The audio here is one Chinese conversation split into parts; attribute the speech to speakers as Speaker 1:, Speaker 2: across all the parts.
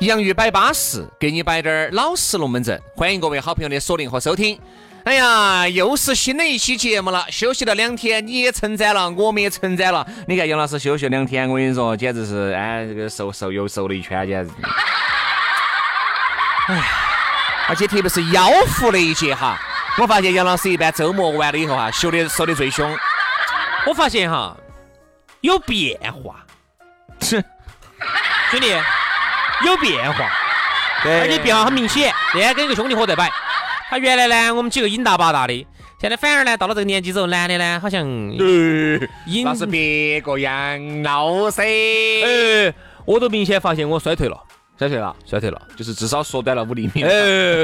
Speaker 1: 洋芋摆巴适，给你摆点儿老实龙门阵。欢迎各位好朋友的锁定和收听。哎呀，又是新的一期节目了。休息了两天，你也成长了，我们也成长了。你看杨老师休息两天，我跟你说，简直是哎，这个瘦瘦又瘦了一圈，简直。哎，而且特别是腰腹那一节哈，我发现杨老师一般周末完了以后哈，休的瘦的最凶。
Speaker 2: 我发现哈有变化，
Speaker 1: 是，
Speaker 2: 兄弟有变化，而且变化很明显。那天跟一个兄弟伙在摆，他原来呢我们几个瘾大把大的，现在反而呢到了这个年纪之后，男的呢好像瘾
Speaker 1: 那是别个杨老师。
Speaker 2: 哎，我都明显发现我衰退了，
Speaker 1: 晓得了，
Speaker 2: 衰退了。
Speaker 1: 就是至少缩短了五厘米。
Speaker 2: 哎，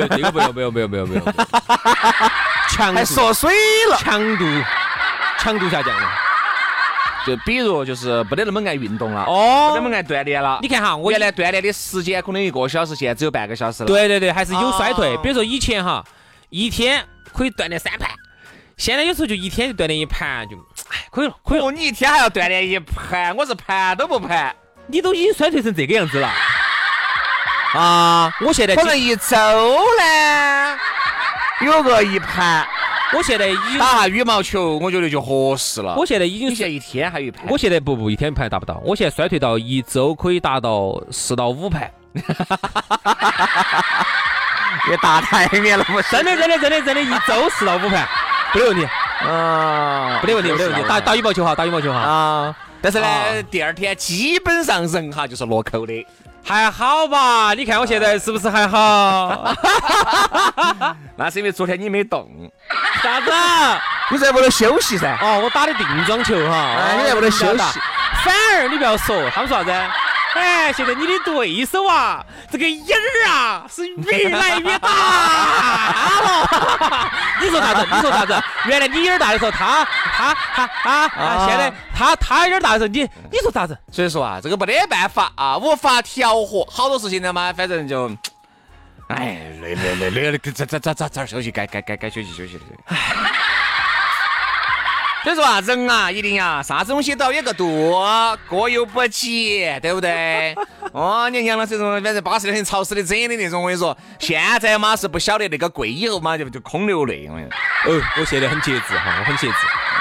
Speaker 2: 这个不要不要不要不要不要，强度
Speaker 1: 还缩水了。
Speaker 2: 强度强度下降了。
Speaker 1: 就比如就是没得那么爱运动了，
Speaker 2: 哦
Speaker 1: 没得那么爱锻炼了。
Speaker 2: 你看哈，我
Speaker 1: 原来锻炼的时间可能一个小时，现在只有半个小时了。，
Speaker 2: 对对对，还是有衰退。
Speaker 1: 哦
Speaker 2: 比如说以前哈，一天可以锻炼三盘，现在有时候就一天就锻炼一盘，就哎可以了，可以了。
Speaker 1: 哦，你一天还要锻炼一盘，我是盘都不盘。
Speaker 2: 你都已经衰退成这个样子了啊！我现在
Speaker 1: 可能一周呢有个一 盘，
Speaker 2: 我现在已经，
Speaker 1: 打下羽毛球，我觉得就合适了。
Speaker 2: 我啊现在已
Speaker 1: 你
Speaker 2: 经
Speaker 1: 现在一天还有一盘，
Speaker 2: 我现在不不一天一盘达不到，我现在衰退到一周可以达到四到五盘。
Speaker 1: 也打太远了，我
Speaker 2: 真的真的真的真的，一周四到五盘，没得问题，
Speaker 1: 啊，
Speaker 2: 没得问题，没得问题。打打羽毛球哈，打羽毛球哈，
Speaker 1: 啊，但是
Speaker 2: 啊
Speaker 1: 呢，第二天基本上人哈就是落扣的。
Speaker 2: 还好吧？你看我现在是不是还好？
Speaker 1: 那是因为昨天你没动，
Speaker 2: 啥子？啊
Speaker 1: 你在屋头休息噻。
Speaker 2: 哦，我打的定妆球哈，
Speaker 1: 哎
Speaker 2: 哦
Speaker 1: 你在屋头休息
Speaker 2: 人家打反而你不要说，他们说啥子？哎，现在你的对手啊，这个音儿啊是越来越大 了。你说啥子？你说啥子？原来你音儿大的时候，他他他他，啊，现在他他音儿大的时候，你你说啥子？
Speaker 1: 所以说啊，这个没得办法啊，无法调和，好多事情呢嘛，反正就，哎，累累累累了，咋咋咋咋咋休息，该该该该休息休息了。 所以说啊，人啊，一定要啥子东西都要有个度，过犹不及，对不对？ 哦，你看杨老师这种，反正巴适的很，潮湿的整的那种，我跟你说，现在嘛是不晓得那个贵以后嘛，就就空流泪，我跟你说，
Speaker 2: 哦，我现在很节制哈，我很节制，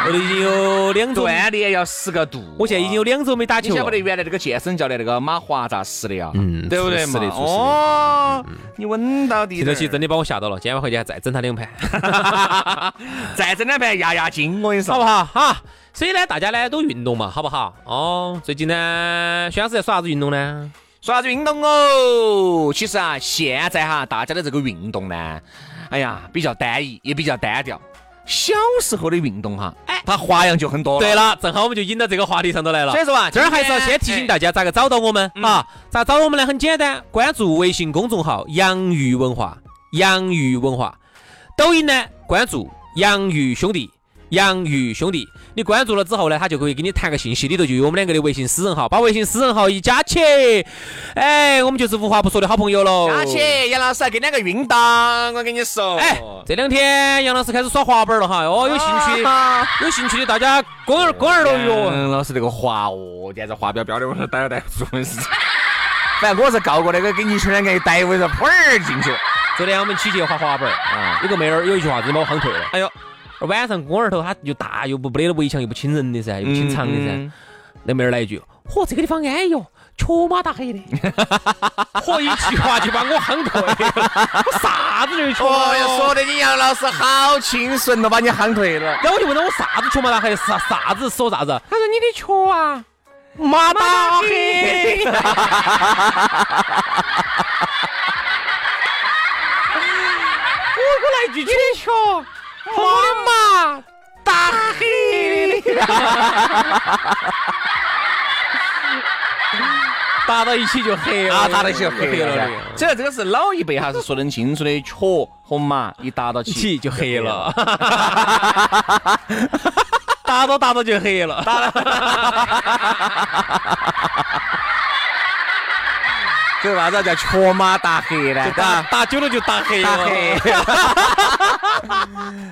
Speaker 2: 我都已经有两周，
Speaker 1: 锻炼要十个度。啊
Speaker 2: 我现在已经有两周没打
Speaker 1: 你
Speaker 2: 球
Speaker 1: 晓不
Speaker 2: 了
Speaker 1: 得。原来那个健身教练那个马华咋死的呀？
Speaker 2: 嗯
Speaker 1: 对不对
Speaker 2: 猝
Speaker 1: 嘛
Speaker 2: 死的？猝死的
Speaker 1: 哦，你稳到底
Speaker 2: 这
Speaker 1: 点
Speaker 2: 道
Speaker 1: 儿。
Speaker 2: 棋 真的把我嗯吓到了，今晚回家再整他两盘。
Speaker 1: 再整两盘压压惊，我跟你
Speaker 2: 好
Speaker 1: 说。
Speaker 2: 不好哈？所以呢，大家呢都运动嘛，好不好？哦，最近呢，薛老师在耍啥子运动呢？
Speaker 1: 说啥子运动哦？其实啊，现在哈，大家的这个运动呢，哎呀，比较单一，也比较单调。小时候的运动哈，哎，它花样就很多了。
Speaker 2: 对了，正好我们就引到这个话题上头来了
Speaker 1: 所。以说啊，
Speaker 2: 这儿还是要先提醒大家咋个找到我们啊？咋找我们呢？很简单，关注微信公众号“洋芋文化”，洋芋文化。抖音呢，关注“洋芋兄弟”，洋芋兄弟。你关注了之后呢，他就可以给你弹个信息，里头就有我们两个的微信私人号，把微信私人号一加起，哎，我们就是无话不说的好朋友喽。
Speaker 1: 而且杨老师还给两个运动，我跟你说，
Speaker 2: 哎，这两天杨老师开始耍滑板了哈，哦，有兴趣的，
Speaker 1: 啊
Speaker 2: 有兴趣的大家公园公园都哟。
Speaker 1: 嗯，老师这个滑哦，简直滑标标的，我说逮都逮不住，真是。 反正我是告过那个给泥鳅两个一逮，我跟你说砰儿进去了。
Speaker 2: 昨天我们起去滑滑板儿，
Speaker 1: 啊，
Speaker 2: 有个妹儿有一句话真的把我夯退了。哎呦，晚上公园头它又大
Speaker 1: 嗯
Speaker 2: 又不没得围墙，又不亲人的噻，又不亲长的噻。那妹儿来一句：嚯，这个地方安逸哦，瘸马打黑 的，嚯，一句话就把我夯退了， 我啥子就是瘸马
Speaker 1: 哎呀，说的你杨老师好清纯了，把你夯退了。
Speaker 2: 然后我就问他我啥子瘸马打黑，啥啥子说啥子？他说你的瘸啊，马打黑。我来句你的瘸，我的马打黑。搭到一起就黑了
Speaker 1: 啊，搭到起就黑
Speaker 2: 了
Speaker 1: 了。所以这个是老一辈哈是说得清楚的， 雀和马一搭到
Speaker 2: 一
Speaker 1: 起
Speaker 2: 起就黑了， 打到打到就黑了，打
Speaker 1: 所以为啥子叫雀马搭 黑啊呢？
Speaker 2: 打打久了就啊打黑了。
Speaker 1: 搭黑。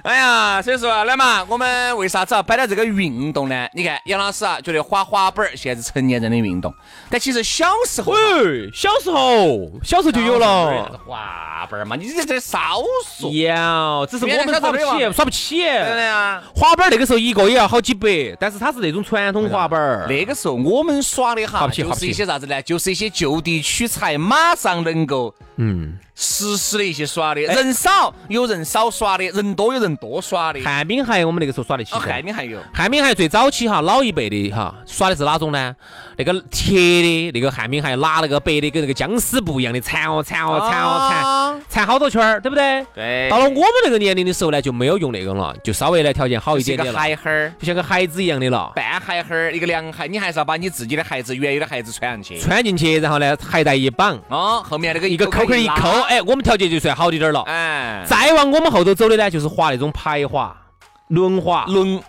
Speaker 1: 哎呀，所以说来嘛，我们为啥子要啊摆到这个运动呢？你看杨老师啊，觉得滑滑板儿现在是成年人的运动，但其实小时
Speaker 2: 哎
Speaker 1: 候
Speaker 2: 喂，小时候小时候就有了，
Speaker 1: 滑板儿嘛，你这这少数，
Speaker 2: 有，只是我们耍不
Speaker 1: 原来小时候没有
Speaker 2: 起，耍不起。
Speaker 1: 对不对啊？
Speaker 2: 滑板儿那个时候一个也要好几百，但是它是那种传统滑板儿，
Speaker 1: 那个时候我们耍的
Speaker 2: 爬
Speaker 1: 哈，
Speaker 2: 不起
Speaker 1: 就
Speaker 2: 爬不
Speaker 1: 是
Speaker 2: 起
Speaker 1: 一些啥子呢？就是一些就地取材，马上能够
Speaker 2: 嗯，哎
Speaker 1: 实施的一些耍的。人少有人少耍的，人多有人多耍的。
Speaker 2: 旱冰鞋我们那个时候耍得起
Speaker 1: 哦，。汉滨还有
Speaker 2: 旱冰鞋最早期哈，老一辈的哈耍的是哪种呢？那个铁的那个旱冰鞋，拿那个白的跟那个僵尸布一样的缠哦缠哦缠哦缠，
Speaker 1: 哦，
Speaker 2: 缠好多圈儿，对不对？
Speaker 1: 对，
Speaker 2: 到了我们那个年龄的时候呢，就没有用那个了，就稍微呢条件好一
Speaker 1: 就是
Speaker 2: 点
Speaker 1: 一
Speaker 2: 点
Speaker 1: 个
Speaker 2: 了，
Speaker 1: 孩孩儿。
Speaker 2: 就像个孩子一样的了，
Speaker 1: 半孩孩儿，一个凉孩，你还是要把你自己的孩子原有的孩子穿上去。
Speaker 2: 穿进去，然后呢鞋带一绑，
Speaker 1: 哦，后面那个
Speaker 2: 一个扣
Speaker 1: 扣
Speaker 2: 扣一扣，，哎，我们条件就算好一点儿了。
Speaker 1: 哎，
Speaker 2: 再往我们后头走的呢，就是滑那种排滑、轮滑、
Speaker 1: 轮，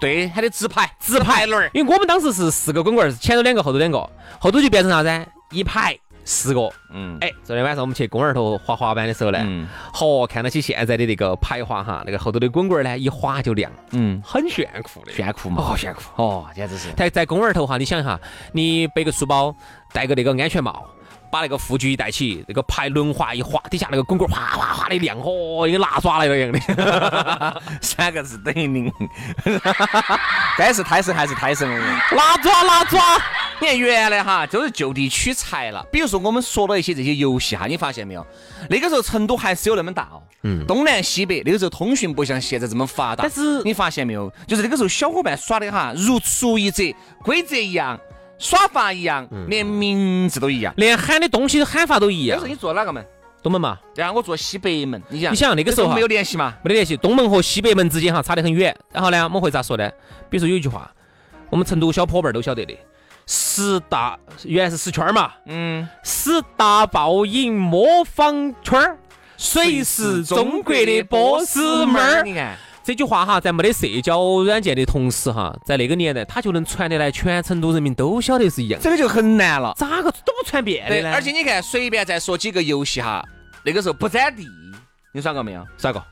Speaker 1: 对，还得直排，直排轮儿。
Speaker 2: 因为我们当时是四个滚棍儿，前头两个，后头两个，后头就变成啥子？一排四个。
Speaker 1: 嗯，
Speaker 2: 哎，昨天晚上我们去公园儿头滑滑板的时候呢，
Speaker 1: 嗯
Speaker 2: 嚯、看到起现在的那个排滑哈，那个后头的滚棍儿呢，一滑就亮，
Speaker 1: 嗯，
Speaker 2: 很炫酷的。
Speaker 1: 炫酷嘛，
Speaker 2: 哦，炫酷！
Speaker 1: 哦，简 直是。
Speaker 2: 在在公园儿头哈，你想一下，你背个书包，戴个那个安全帽。把那个护具一戴起，那个排轮滑一滑，底下那个滚棍儿哗哗哗的亮，哦嚯、一跟蜡爪那个一样的。
Speaker 1: 三个字等于零，该是胎神还是胎神的人。
Speaker 2: 拉抓拉抓，
Speaker 1: 你看原来哈，就是就地取材了。比如说我们说了一些这些游戏哈，你发现没有？那个时候成都还是有那么大哦。嗯。东南西北，那个时候通讯不像现在这么发达。
Speaker 2: 但是
Speaker 1: 你发现没有？就是那个时候小伙伴耍的哈，如出一辙，规则一样，耍法一样，连名字都一样。
Speaker 2: 连喊的东西喊法都嗯一
Speaker 1: 那
Speaker 2: 样
Speaker 1: 时候。你坐哪个门？
Speaker 2: 懂门嘛？
Speaker 1: 然后我坐西北门。你想，
Speaker 2: 你想那个时候啊哈
Speaker 1: 没有联系嘛？
Speaker 2: 没得联系，东门和西北门之间哈差得很远。然后呢，我们会咋说呢？比如说有一句话，我们成都小伙伴儿都晓得的，十大原来是十圈儿嘛，
Speaker 1: 嗯。
Speaker 2: 十大报应模仿圈儿。谁是中国的波斯猫儿？
Speaker 1: 你看。
Speaker 2: 这句话哈，在没得社交软件的同时哈，在那个年代，它就能传得来，全成都人民都晓得是一样的，
Speaker 1: 这个就很难了。
Speaker 2: 咋个都不传遍的
Speaker 1: 对，
Speaker 2: 呢？
Speaker 1: 而且你看，随便再说几个游戏哈，那个时候不占地，你耍过没有？
Speaker 2: 咋个？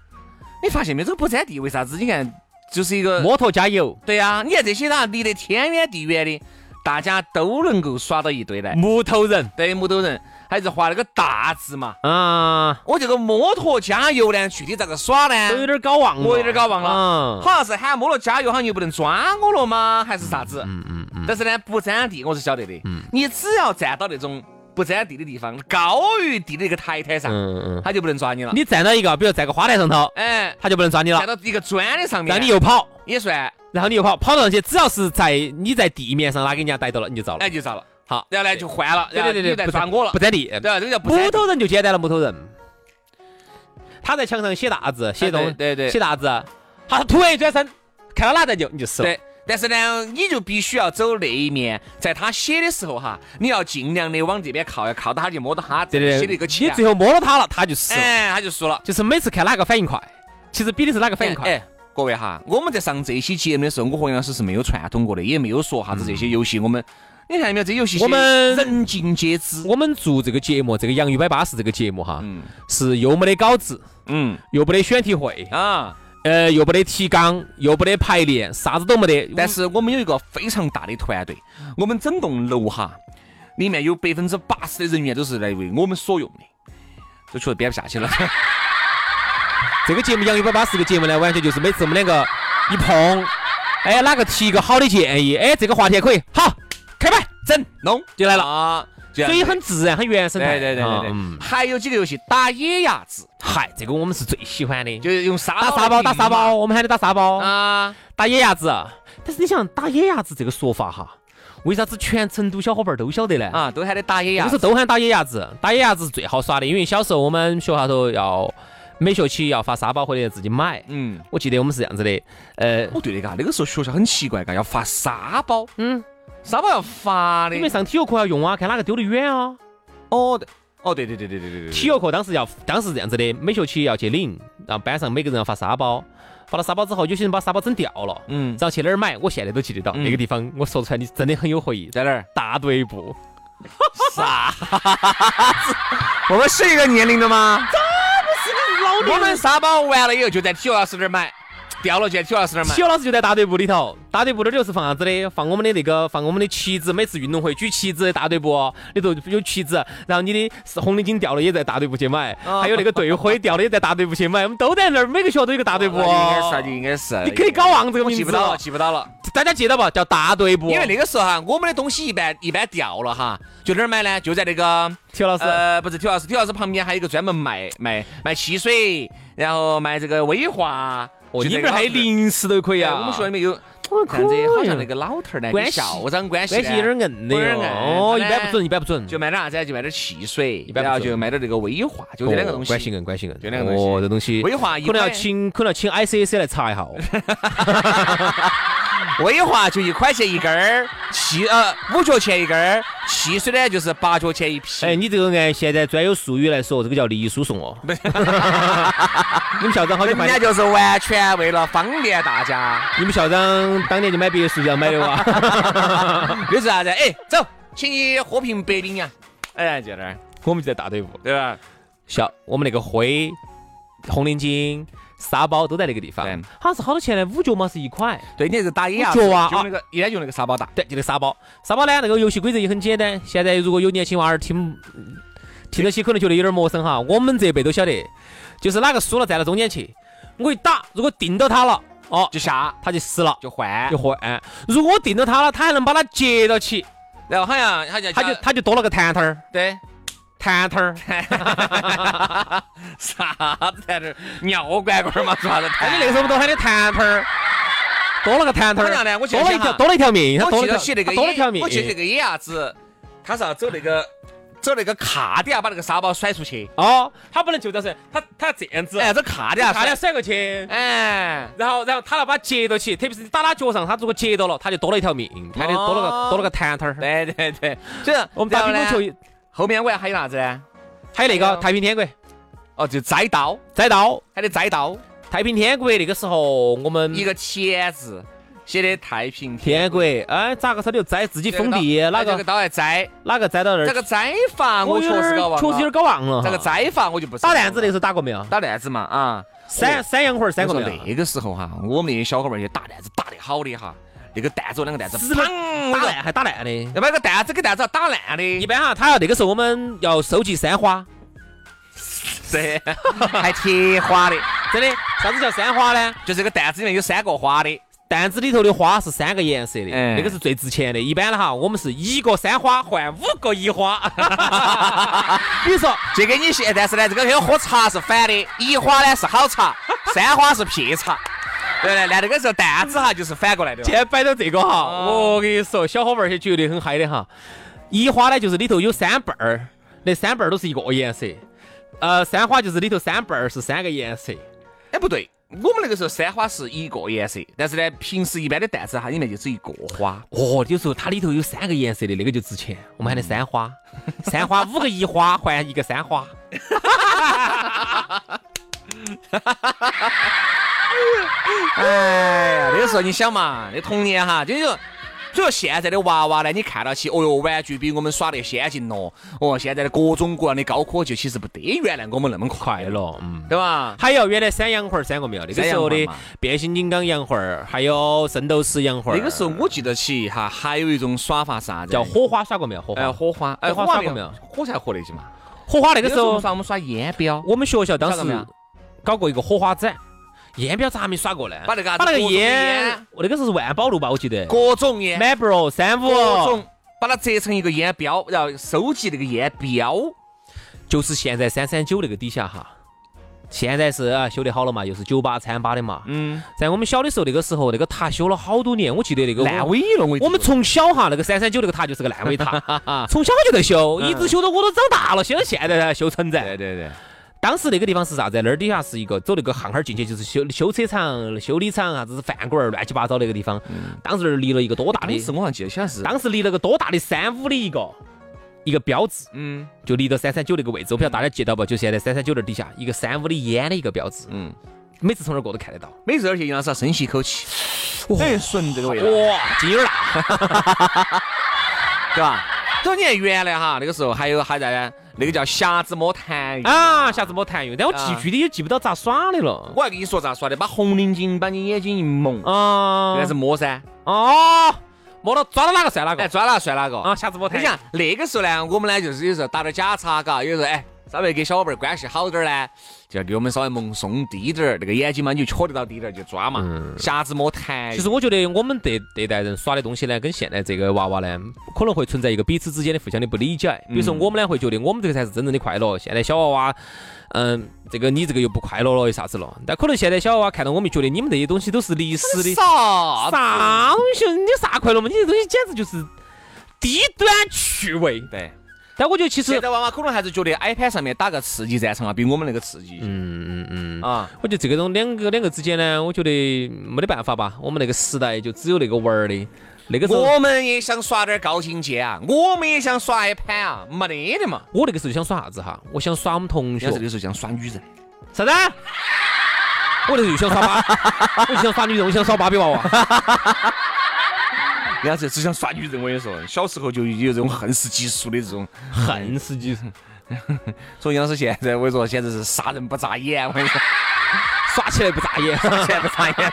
Speaker 1: 你发现没有？这个不占地为啥子？你看，就是一个
Speaker 2: 摩托加油，
Speaker 1: 对呀、你看这些啦，离得天远地远的，大家都能够耍到一堆来。
Speaker 2: 木头人
Speaker 1: 对，木头人还是画了个大字嘛。
Speaker 2: 啊，
Speaker 1: 我这个摩托加油呢，具体咋个耍
Speaker 2: 都有
Speaker 1: 呢？
Speaker 2: 点搞忘了，
Speaker 1: 我有点搞忘了
Speaker 2: 嗯
Speaker 1: 好像是喊摩托加油，好像又不能抓我了吗？还是啥子？嗯嗯嗯。但是呢，不占地我是晓得的。你只要站到那种不占地的地方，高于地的一个台台上，
Speaker 2: 嗯嗯，
Speaker 1: 他就不能抓你了。
Speaker 2: 你站到一个，比如站个花坛上头，
Speaker 1: 哎，
Speaker 2: 他就不能抓你了
Speaker 1: 站，到一个砖的上面，
Speaker 2: 让你又跑，
Speaker 1: 也算，
Speaker 2: 然后你又跑，跑上去，只要是在你在地面上哪给人家逮到了，你就遭了
Speaker 1: 哎。就咋了？
Speaker 2: 好，啊
Speaker 1: 然后呢就换了，
Speaker 2: 对对对
Speaker 1: 然后你
Speaker 2: 对，
Speaker 1: 就再
Speaker 2: 不
Speaker 1: 抓我了
Speaker 2: 不，沾地。
Speaker 1: 对吧？这个叫不
Speaker 2: 木
Speaker 1: 沾
Speaker 2: 头人就简单了，木头人，他在墙上写大字，写东，
Speaker 1: 哎对对
Speaker 2: 写
Speaker 1: 对
Speaker 2: 大字，好，他突然一转身，看到哪蛋就你就死了。
Speaker 1: 对。但是呢，你就必须要走那一面，在他写的时候哈，你要尽量的往这边靠，要靠到他就摸到他这
Speaker 2: 对
Speaker 1: 写
Speaker 2: 对
Speaker 1: 的一个
Speaker 2: 对，
Speaker 1: 起
Speaker 2: 你
Speaker 1: 来
Speaker 2: 最后摸到他了，他就死了。
Speaker 1: 啊哎，他就输了。
Speaker 2: 就是每次看哪个反应快，其实比的是哪个反应快。
Speaker 1: 哎，各位哈，我们在上这期节目的时候，我和杨老师是没有串通过的，也没有说啥子这些游戏，我们你看见没有？这游戏
Speaker 2: 我们
Speaker 1: 人尽皆知。
Speaker 2: 我们做这个节目，这个《洋芋摆巴士》这个节目哈，
Speaker 1: 嗯
Speaker 2: 是又没得稿子，
Speaker 1: 嗯
Speaker 2: 又没得选题会，
Speaker 1: 啊，
Speaker 2: 呃，又没得提纲，又没得排练，啥子都没得。
Speaker 1: 但是我们有一个非常大的团队，我们整栋楼哈，里面有百分之八十的人员都是来为我们所用的。都确实编不下去 了，
Speaker 2: 这个节目《洋芋摆巴士》这个节目呢，完全就是每次我们两个一碰，哎，哪个提一个好的建议，哎，这个话题还可以，好，开摆，
Speaker 1: 整弄
Speaker 2: 就来了
Speaker 1: 啊，这样
Speaker 2: 所以
Speaker 1: 子
Speaker 2: 很自然，很原生态。
Speaker 1: 对对对对
Speaker 2: 啊
Speaker 1: 对，
Speaker 2: 嗯
Speaker 1: 还有几个游戏打野鸭子，
Speaker 2: 嗨，这个我们是最喜欢的，
Speaker 1: 就是用沙
Speaker 2: 打沙包，打沙包，我们喊的打沙包，
Speaker 1: 啊，
Speaker 2: 打野鸭子。但是你想打野鸭子这个说法哈，为啥子全成都小伙伴都晓得呢？
Speaker 1: 啊，都喊的打野鸭
Speaker 2: 不是
Speaker 1: 子。
Speaker 2: 都喊打野鸭子，打野鸭子是最好耍的，因为小时候我们学校头要每学期要发沙包或者自己买。
Speaker 1: 嗯，
Speaker 2: 我记得我们是这样子的，呃，
Speaker 1: 哦对的嘎，那个时候学校很奇怪嘎，要发沙包，嗯，沙包要发的
Speaker 2: 因。为上体育课要用啊，看哪个丢得远啊。
Speaker 1: 哦对哦对对对对对对对
Speaker 2: 体育课当时要当时这样子的，每学期要去领，然后班上每个人要发沙包，发了沙包之后，有些人把沙包整掉了，
Speaker 1: 嗯
Speaker 2: 然，后去哪儿买，我现在都记得到
Speaker 1: 嗯
Speaker 2: 那个地方，我说出来你真的很有回忆，
Speaker 1: 在哪儿？
Speaker 2: 大队部。
Speaker 1: 我们是一个年龄的吗？咋不是？老我们沙包完了以后就在体育老师那儿买，掉了就在体育老师那儿买
Speaker 2: 体。育老师就在大队部里头，大队部那儿就是放啥子的？放我们的那个，放我们的旗子。每次运动会举旗子的大队部里头有旗子，然后你的是红领巾掉了也在大队部去买，
Speaker 1: 哦
Speaker 2: 还有那个队徽掉了也在大队部去买，我们都在那儿，每个学校都有个大队部。哦
Speaker 1: 应该是啊，就应该是。
Speaker 2: 你可以搞忘这个
Speaker 1: 我
Speaker 2: 名字哦
Speaker 1: 记不到
Speaker 2: 了
Speaker 1: 了，记不到了。
Speaker 2: 大家记得不？叫大队部。
Speaker 1: 因为那个时候哈，我们的东西一般一般掉了哈，就哪儿买呢？就在那个
Speaker 2: 体育老师。
Speaker 1: 呃，不是体育老师，体育老师旁边还有一个专门卖卖卖汽水，然后卖这个威化。
Speaker 2: 哦，
Speaker 1: 就
Speaker 2: 你
Speaker 1: 在
Speaker 2: 们还
Speaker 1: 老
Speaker 2: 有
Speaker 1: 头儿
Speaker 2: 零食都可以
Speaker 1: 哎
Speaker 2: 啊。
Speaker 1: 我们学校里面有，
Speaker 2: 哦
Speaker 1: 看着好像那
Speaker 2: 可以
Speaker 1: 个老头儿呢，
Speaker 2: 关
Speaker 1: 跟
Speaker 2: 系
Speaker 1: 校长关系
Speaker 2: 关
Speaker 1: 呢
Speaker 2: 系有点硬的
Speaker 1: 有点
Speaker 2: 哟
Speaker 1: 硬
Speaker 2: 哦，一
Speaker 1: 他呢
Speaker 2: 般不准，一般不准。
Speaker 1: 就卖点啥子啊？就卖点汽水，
Speaker 2: 一般不
Speaker 1: 然后
Speaker 2: 准
Speaker 1: 就卖点这个威化，就这两个东西。
Speaker 2: 哦关系硬，关系硬。
Speaker 1: 就两个东西
Speaker 2: 哦，这东西
Speaker 1: 威化一
Speaker 2: 可能要
Speaker 1: 块
Speaker 2: 请，可能要请 ICAC 来查一 下哦。
Speaker 1: 威化就一块钱一根儿，汽呃五角钱一根儿，汽水呢就是八角钱一瓶。
Speaker 2: 哎，你这个按现在专有术语来说，这个叫利益输送哦。 你们校长好久
Speaker 1: 人
Speaker 2: 买
Speaker 1: 家，就是完全为了方便大家。
Speaker 2: 你们校长当年就买别墅就要买的哇。
Speaker 1: 这是啥子？哎，走，请你喝瓶白冰呀。哎，就那儿，
Speaker 2: 我们就在大队部，
Speaker 1: 对吧？
Speaker 2: 校我们那个徽、红领巾、沙包都在那个地方
Speaker 1: 对。
Speaker 2: 好像是好多钱呢？五角嘛是一块。
Speaker 1: 对，你那是打野鸭
Speaker 2: 我觉得啊
Speaker 1: 就那个一般用那个沙包打。
Speaker 2: 对，就那个沙包。沙包呢，那个游戏规则也很简单。现在如果有年轻娃儿听听得起，可能觉得有点陌生哈。我们这辈都晓得，就是哪个输了站到中间去，我一打，如果定到他了，哦，
Speaker 1: 就下
Speaker 2: 他就死了，
Speaker 1: 就换
Speaker 2: 就，换。如果定到他了，他还能把他接到起，
Speaker 1: 然后好像好像
Speaker 2: 他就他就多了个弹弹儿，
Speaker 1: 对，
Speaker 2: 弹弹儿。
Speaker 1: 啥子在这儿尿罐罐嘛，啥子
Speaker 2: 哎，你那个时候我们都喊的弹弹儿，多了个弹弹
Speaker 1: 好像
Speaker 2: 儿，
Speaker 1: 呢我记
Speaker 2: 多
Speaker 1: 得
Speaker 2: 了一
Speaker 1: 像
Speaker 2: 条
Speaker 1: 哈
Speaker 2: 多了一条命，他
Speaker 1: 我
Speaker 2: 多
Speaker 1: 记
Speaker 2: 了
Speaker 1: 得
Speaker 2: 一条，
Speaker 1: 起那
Speaker 2: 他
Speaker 1: 个
Speaker 2: 多了一条
Speaker 1: 野，
Speaker 2: 命。
Speaker 1: 我记得那个野鸭子，他是要走那个走那个卡底下把那个沙包甩出去，
Speaker 2: 哦，他不能就这样子，他他要这样子，
Speaker 1: 哎，走卡底下
Speaker 2: 他要
Speaker 1: 甩，
Speaker 2: 甩过去。
Speaker 1: 哎，
Speaker 2: 然后，然后他要把接到起，特别是你打他脚上，他如果接到了，他就多了一条命，他就多了个、
Speaker 1: 哦
Speaker 2: 多了个弹弹儿。
Speaker 1: 对对对，所以
Speaker 2: 我们打乒
Speaker 1: 然
Speaker 2: 乓
Speaker 1: 后呢
Speaker 2: 球，
Speaker 1: 后面我还还有啥子呢？
Speaker 2: 还有那
Speaker 1: 还
Speaker 2: 个
Speaker 1: 有
Speaker 2: 太平天国
Speaker 1: 哦，就摘刀，
Speaker 2: 摘刀，
Speaker 1: 还得摘刀，
Speaker 2: 太平天国那个时候我们
Speaker 1: 一个田字写的太平
Speaker 2: 天国，哎，咋个他就摘自己封地，哪
Speaker 1: 那个
Speaker 2: 个
Speaker 1: 刀来摘，
Speaker 2: 哪个摘到那
Speaker 1: 这
Speaker 2: 儿，哦
Speaker 1: 个摘法我确实搞忘了，
Speaker 2: 确实有点搞忘了哈。
Speaker 1: 这个摘法我就不是
Speaker 2: 打弹子那时候打过没有？
Speaker 1: 打弹子嘛啊，
Speaker 2: 三三洋魂儿
Speaker 1: 我
Speaker 2: 三个
Speaker 1: 说
Speaker 2: 没有？
Speaker 1: 那个时候哈，我们那些小伙伴儿去打弹子打得好的哈，那个弹子两个弹子，
Speaker 2: 死了
Speaker 1: 砰
Speaker 2: 打烂还打烂的。
Speaker 1: 要把那个蛋子给蛋子要打烂的，
Speaker 2: 一般哈，他要那个时候我们要收集山花，
Speaker 1: 是还贴花的，
Speaker 2: 真的，啥子叫山花呢？
Speaker 1: 就这个蛋子里面有三个花的，
Speaker 2: 担子里头的花是三个颜色的，
Speaker 1: 哎
Speaker 2: 那个是最值钱的。一般的哈，我们是一个三花换五个一 花。比如说，
Speaker 1: 这跟你现但是呢，这个跟喝茶是反的，一花呢是好 茶，三花是撇茶，对不对？那那个时候蛋子哈就是反过来的
Speaker 2: 现
Speaker 1: 了，
Speaker 2: 在摆到这个哈，
Speaker 1: 哦
Speaker 2: 我跟你说，小伙伴儿些绝对很嗨的哈。一花呢，就是里头有三瓣儿，那三瓣儿都是一个颜色。呃，三花就是里头三瓣儿是三个颜色。
Speaker 1: 哎不对。我们那个时候三花是一个颜色，但是呢，平时一般的蛋子哈里面就只有一个花，
Speaker 2: 哦，有时候它里头有三个颜色的，那个就值钱。我们喊的三花， 三花五个一花换一个三花。
Speaker 1: 哎呀，那个时候你想嘛，那童年哈，就是说所以说现在的娃娃呢，你看到起，哦哟，玩具比我们耍得先进咯，哦，现在的各种各样的高科技其实不得原来我们那么快
Speaker 2: 快
Speaker 1: 乐，
Speaker 2: 乐，嗯。
Speaker 1: 对吧？
Speaker 2: 还有原来三洋魂儿三个没有？那个时候
Speaker 1: 三洋魂儿
Speaker 2: 的
Speaker 1: 嘛
Speaker 2: 变形金刚洋魂儿，还有圣斗士洋魂儿。
Speaker 1: 那个时候我记得起哈，还有一种耍法是啥子？
Speaker 2: 叫火花耍过没有？火
Speaker 1: 哎
Speaker 2: 花，
Speaker 1: 火花，哎
Speaker 2: 火花耍过没有
Speaker 1: 火才火得起嘛。
Speaker 2: 火花那
Speaker 1: 那
Speaker 2: 个
Speaker 1: 个
Speaker 2: 时
Speaker 1: 时
Speaker 2: 候
Speaker 1: 候我们耍我们耍烟标，
Speaker 2: 我们学校当
Speaker 1: 耍过没有
Speaker 2: 时搞过一个火花展，烟标咋还没耍过呢？
Speaker 1: 把那个
Speaker 2: 把那个
Speaker 1: 各种
Speaker 2: 烟
Speaker 1: 烟，
Speaker 2: 我那个时候是万宝路吧，我记得。
Speaker 1: 各种烟，
Speaker 2: Marlboro 三五，
Speaker 1: 各种把它折成一个烟标，然后收集那个烟标。
Speaker 2: 就是现在三三九那个底下哈，现在是啊修得好了嘛，又是酒吧、餐吧的嘛。
Speaker 1: 嗯，
Speaker 2: 在我们小的时候，那个时候那个塔修了好多年，我记得那个
Speaker 1: 烂尾了，我
Speaker 2: 我们从小哈，那个三三九那个塔就是个烂尾 塔，从小就在修，一直修到我都长大了，修到现在才修成
Speaker 1: 嗯对
Speaker 2: 噻。
Speaker 1: 对对，
Speaker 2: 当时那个地方是啥子？那儿底下是一个走那个巷巷儿进去就是修修车厂、修理厂，啥子饭馆儿乱七八糟那个地方。当时那儿立了一个多大
Speaker 1: 嗯当时
Speaker 2: 的？
Speaker 1: 我好像记得好像是，
Speaker 2: 当时立了个多大的三五的一个一个标志，
Speaker 1: 嗯
Speaker 2: 就立到三三九那个位置。我不晓得大家记到不？就现在三三九那儿底下一个三五的烟的一个标志，
Speaker 1: 嗯，
Speaker 2: 每次从那儿过都看得到。
Speaker 1: 每次而且杨老师要深吸一口气，哎，顺这个味道。
Speaker 2: 哇，劲儿大！
Speaker 1: 对吧？所以你看原来哈，那个时候还有还在呢，那个叫匣子摸痰盂
Speaker 2: 啊，下次没谈用，但我记
Speaker 1: 嗯啊
Speaker 2: 具体也记不到咋耍的了。
Speaker 1: 我还跟你说咋耍的，把红领巾把你眼睛一蒙，
Speaker 2: 啊，
Speaker 1: 那是摸噻，
Speaker 2: 哦，摸到抓到哪个算哪
Speaker 1: 哎，
Speaker 2: 个
Speaker 1: 抓哪个算哪个
Speaker 2: 啊！。下次摸
Speaker 1: 你
Speaker 2: 谈。
Speaker 1: 想那个时候呢，我们呢就是有时候打点假叉，嘎，有时候哎稍微跟小伙伴关系好点儿呢，就要给我们稍微蒙松低点儿，那个眼睛嘛你就瞧得到低点儿就抓嘛，匣子摸痰盂。
Speaker 2: 嗯其实我觉得我们这这代人耍的东西呢，跟现在这个娃娃呢，可能会存在一个彼此之间的互相的不理解。比如说我们呢会觉得我们这个才是真正的快乐，现在小娃娃，嗯，这个你这个又不快乐了，又啥子了？但可能现在小娃娃看到我们，觉得你们这些东西都是历史的
Speaker 1: 啥子？
Speaker 2: 啥东西，你啥快乐嘛？你这东西简直就是低端趣味。
Speaker 1: 对，
Speaker 2: 但我觉得其实
Speaker 1: 现，在娃娃可能还是觉得 iPad 上面打个刺激战场啊，比我们那个刺激
Speaker 2: 嗯嗯嗯。
Speaker 1: 啊。
Speaker 2: 我觉得这个种两个两个之间呢，我觉得没得办法吧。我们那个时代就只有那个玩儿的，那个时候
Speaker 1: 我们也想耍点高境界啊，我们也想耍一盘啊，没得的嘛。
Speaker 2: 我那个时候想耍啥子哈？我想耍我们同学
Speaker 1: 人家这个时候想耍女人，
Speaker 2: 啥子？我那时候就想耍 芭，我就想耍女人，我想耍芭比娃娃。
Speaker 1: 人家这只想耍女人。我跟你说，小时候就有这种恨死激素的这种，
Speaker 2: 恨死你！
Speaker 1: 所以杨老师现在我跟你说，简直是杀人不眨眼。我跟你说，
Speaker 2: 耍起来不眨眼。
Speaker 1: 现在不眨眼。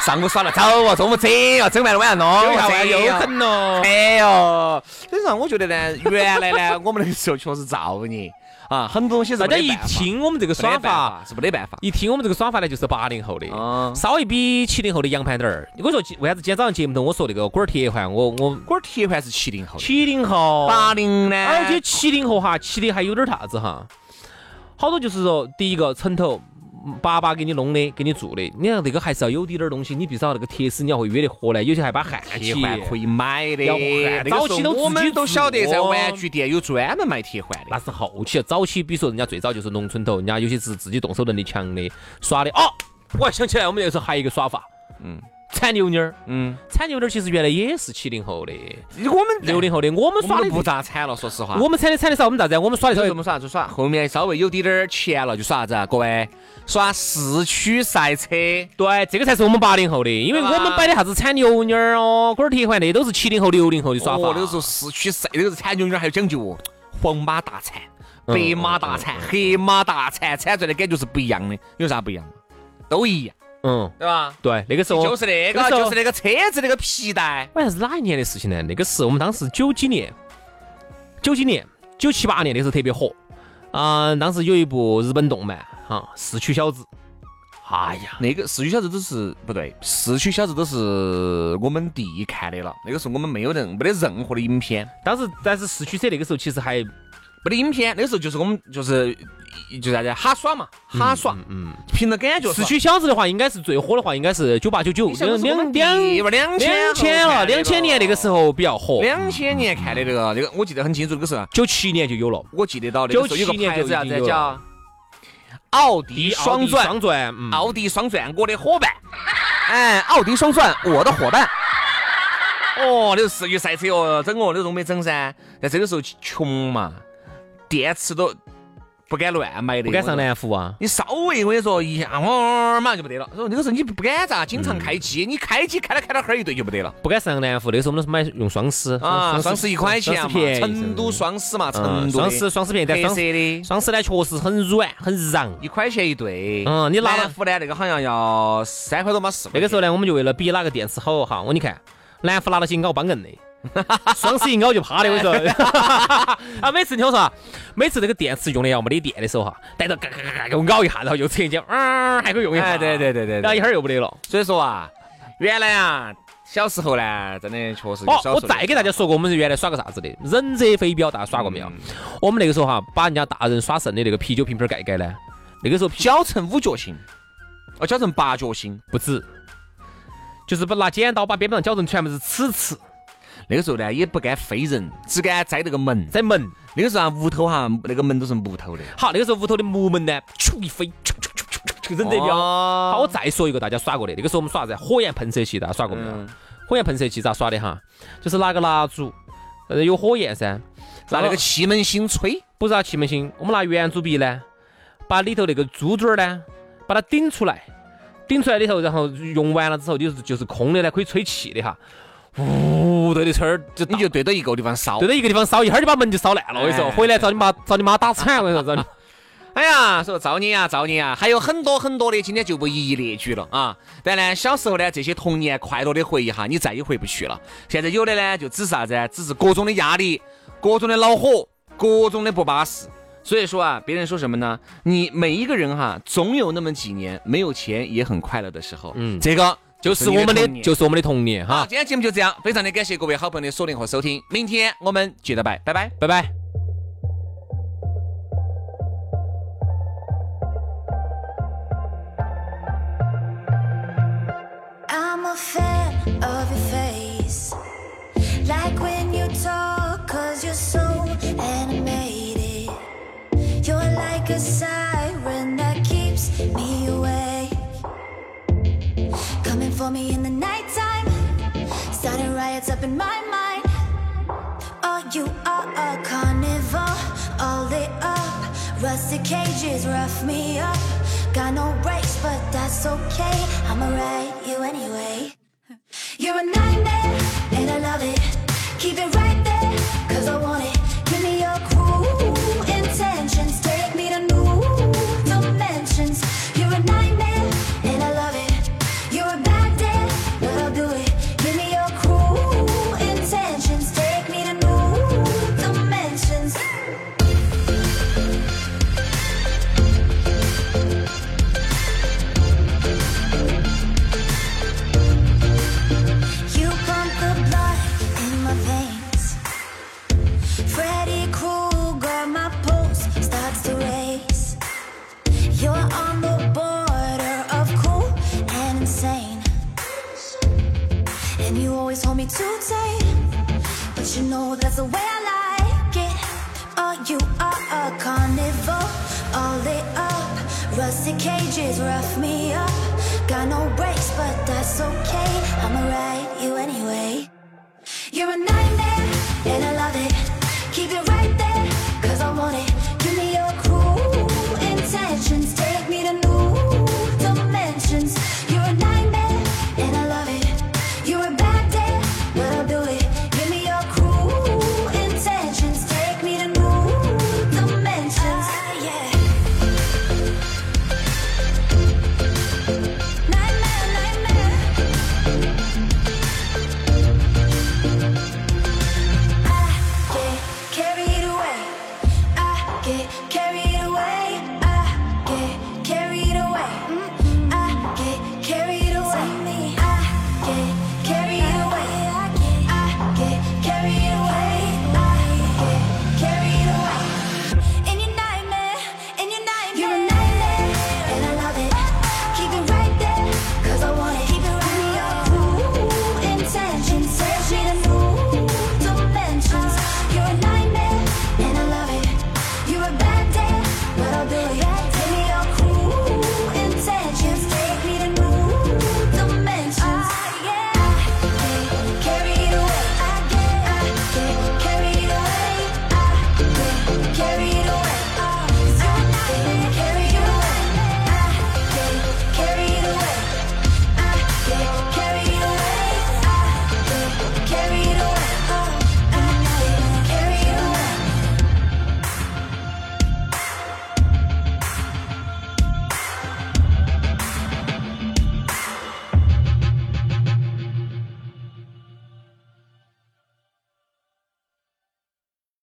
Speaker 1: 上午耍了走哦，中午整哦，整完了晚上弄哦，
Speaker 2: 又狠咯！
Speaker 1: 哎呦，所以说我觉得呢，原来呢，我们那个时候确实造孽啊，很多东西是
Speaker 2: 大
Speaker 1: 没
Speaker 2: 家
Speaker 1: 得
Speaker 2: 一
Speaker 1: 办法
Speaker 2: 听我们这个耍
Speaker 1: 没得办
Speaker 2: 法哦
Speaker 1: 法，是没得办法。
Speaker 2: 一听我们这个耍法呢，就是八零后的，
Speaker 1: 啊
Speaker 2: 稍微比七零后的洋盘点儿。我说为啥子今天早上节目头我说那个滚儿铁环，我我
Speaker 1: 我铁环是七零后的，
Speaker 2: 七零后
Speaker 1: 八零呢，
Speaker 2: 而且七零后哈，七零还有点啥子哈，好多就是说，第一个城头嗯爸爸给你弄的，给你做的，你看这个还是要有滴点儿东西，你必须要那个铁丝你要会约得合来，有些还把焊起
Speaker 1: 铁。环可以买的
Speaker 2: 要焊，那个
Speaker 1: 早
Speaker 2: 时候
Speaker 1: 期都
Speaker 2: 我
Speaker 1: 我
Speaker 2: 们
Speaker 1: 们
Speaker 2: 做
Speaker 1: 都晓得，在玩具店有专门卖铁环
Speaker 2: 那
Speaker 1: 的。
Speaker 2: 是后期，早期比如说人家最早就是农村头，人家有些是自己动手能力强的，耍的哦。我还想起来，我们那个时候还有一个耍法，
Speaker 1: 嗯
Speaker 2: 铲牛妮儿。
Speaker 1: 嗯，
Speaker 2: 铲牛妮儿其实原来也是七零后的、
Speaker 1: 我们
Speaker 2: 六零后的，我们
Speaker 1: 哎我
Speaker 2: 耍
Speaker 1: 们
Speaker 2: 的
Speaker 1: 都不咋惨了，说实话。
Speaker 2: 我们铲的铲的啥？我们咋子？我们耍的
Speaker 1: 就
Speaker 2: 稍
Speaker 1: 是
Speaker 2: 微
Speaker 1: 我们耍就耍，哎后面稍微有滴点儿钱了就耍啥子啊？各位耍四驱赛车，
Speaker 2: 对，这个才是我们八零后的，因为我们摆的啥子铲牛妮儿哦、滚儿铁环，那都是七零后、六零后的耍法。
Speaker 1: 哦，那个时候四驱赛那个是铲牛牛还有讲究哦，黄马大铲、白马大铲、黑马大铲，铲出来的感觉是不一样的，有啥不一样吗？都一样，
Speaker 2: 嗯，
Speaker 1: 对吧？
Speaker 2: 对，那个时候
Speaker 1: 就是
Speaker 2: 那
Speaker 1: 那个，
Speaker 2: 时候
Speaker 1: 就是那个车子那个皮带，
Speaker 2: 好像是哪一年的事情呢？那个是我们当时九几年，九几年、九七八年那时候特别火。啊、当时有一部日本动漫哈，《四驱小子》。哎呀，
Speaker 1: 那个四驱小子都是不对，四驱小子都是我们第一看的了。那个时候我们没有任没得任何的影片，
Speaker 2: 当时但是四驱车那个时候其实还
Speaker 1: 没得影片。那个时候就是我们就是就啥子哈耍嘛，哈耍，嗯，凭着感觉
Speaker 2: 四
Speaker 1: 耍。
Speaker 2: 驱小子的话，应该是最火的话，应该是九八九九
Speaker 1: 你想
Speaker 2: 两
Speaker 1: 是我
Speaker 2: 两
Speaker 1: 们第一
Speaker 2: 两
Speaker 1: 吧两
Speaker 2: 两千
Speaker 1: 千
Speaker 2: 了，两千年那个时，候比较火，
Speaker 1: 两千年看的那
Speaker 2: 嗯
Speaker 1: 个那个，我记得很清楚，那个时候
Speaker 2: 九七年就有了。
Speaker 1: 我记得到那个时候有
Speaker 2: 97
Speaker 1: 个
Speaker 2: 年
Speaker 1: 牌
Speaker 2: 就已
Speaker 1: 子啥
Speaker 2: 经
Speaker 1: 子
Speaker 2: 有
Speaker 1: 叫
Speaker 2: 了
Speaker 1: 奥迪双钻，
Speaker 2: 双钻，嗯，
Speaker 1: 奥迪双钻，我的伙伴，哎，奥迪双钻，我的伙伴。哦，那是四驱赛车哦，整哦，那种没整噻。但这个时候穷嘛，电池都不敢乱买的，
Speaker 2: 不敢上。南孚啊。
Speaker 1: 你稍微我跟你说一下，哦，马上就没得了。说那个时候你不敢咋，经常开
Speaker 2: 嗯
Speaker 1: 机，你开机开了开到哈儿一对就没得了
Speaker 2: 不敢上南孚，那时候我们都是买用双十
Speaker 1: 啊。双十一块钱
Speaker 2: 双
Speaker 1: 嘛
Speaker 2: 十便，宜
Speaker 1: 成都双十嘛，成
Speaker 2: 嗯
Speaker 1: 都的
Speaker 2: 双十双十便宜，但
Speaker 1: 黑
Speaker 2: 双
Speaker 1: 色的，
Speaker 2: 嗯双十呢确实很软很瓤。
Speaker 1: 一块钱一对。
Speaker 2: 嗯你拿了
Speaker 1: 南孚呢，那个好像要三块多嘛，四块钱。
Speaker 2: 那个时候呢，我们就为了比哪个电池好哈，我你看南孚拿了些咬帮硬的。双十一咬就趴的，我跟你说， 啊，每次你听我说啊，每次这个电池用的要没得电的时候哈，逮到嘎嘎嘎嘎给我咬一下，然后又扯一截，嗯，还可以用一下，
Speaker 1: 哎哎对对对对对
Speaker 2: 然后一会儿又不得了，
Speaker 1: 所以说啊，原来啊，小时候呢，真的确实有
Speaker 2: 哦
Speaker 1: 少，数
Speaker 2: 我
Speaker 1: 人
Speaker 2: 再给大家说个，我们原来耍个啥子的？忍者飞镖，大家耍过没
Speaker 1: 嗯
Speaker 2: 有？我们那个时候哈，把人家大人耍剩的那个啤酒瓶瓶盖盖呢，那个时候啤
Speaker 1: 绞成五角星，哦，绞成八角星。
Speaker 2: 不止，就是把拿剪刀把边边上绞成全部是齿刺，
Speaker 1: 那个时候呢，也不敢飞人，只敢摘那个门。
Speaker 2: 在门。
Speaker 1: 那个时候啊，屋头哈，那个门都是木头的。
Speaker 2: 好，那个时候屋头的木门呢，咻一飞，咻咻咻咻咻，忍者镖。
Speaker 1: 哦嗯
Speaker 2: 好，我再说一个大家耍过的，那个时候我们耍啥子？火焰喷射器，大家耍过没有？火焰喷射器咋耍的哈？就是拿个蜡烛，呃，有火焰噻，
Speaker 1: 拿那
Speaker 2: 然
Speaker 1: 个
Speaker 2: 后
Speaker 1: 气门芯吹，
Speaker 2: 不是拿气门芯，我们拿圆珠笔呢，把里头那个珠珠儿呢，把它顶出来，顶出来里头，然后用完了之后就是就是空的呢，可以吹气的哈。呜，对的吹儿就
Speaker 1: 你就对到一个地方烧
Speaker 2: 对。着一个地方烧，一会儿就把门就烧烂了。我跟你说，
Speaker 1: 哎
Speaker 2: 回来找你妈找你妈打惨，我跟你说找 你。
Speaker 1: 哎呀，说造孽啊，造孽啊，还有很多很多的，今天就不一一列举了啊。但呢，小时候呢，这些童年快乐的回忆哈，你再也回不去了。现在有的呢，就只是啥子啊，只是各种的压力，各种的恼火，各种的不巴适。所以说啊，别人说什么呢？你每一个人哈，总有那么几年没有钱也很快乐的时候。嗯，这个
Speaker 2: 就是我们的
Speaker 1: 你童年
Speaker 2: 就是我们的童年
Speaker 1: 好，
Speaker 2: 哈，
Speaker 1: 今天节目就这样，非常的感谢各位好朋友的锁定和收听，明天我们接着拜，拜拜。
Speaker 2: 拜拜。
Speaker 3: I'm a fan of your face. Like when you talk, cause you're so animated. You're like a siren that keeps me awake. Coming for me in the nighttime, starting riots up in my mind. Oh, you are a carnival, all lit up. Rusty cages rough me up. Got no brakes, but that's okay. I'ma ride you anyway. You're a nightmare, and I love it. Keep it right there, cause I want it. Give me your cruel intentions. Take me to new dimensions. You're a nightmare, and I love it. You're a bad dad, but I'll do it. Give me your cruel intentions. Take me to new dimensions. You pump the blood in my veins. Freddy Krueger, my pulse starts to race. You're on the border of cool and insane. And you always hold me too tight. But you know that's the way I like it. Oh, you are a carnival, all lit up. Rusty cages rough me up. Got no brakes, but that's okay. I'ma ride you anyway. You're a Mm,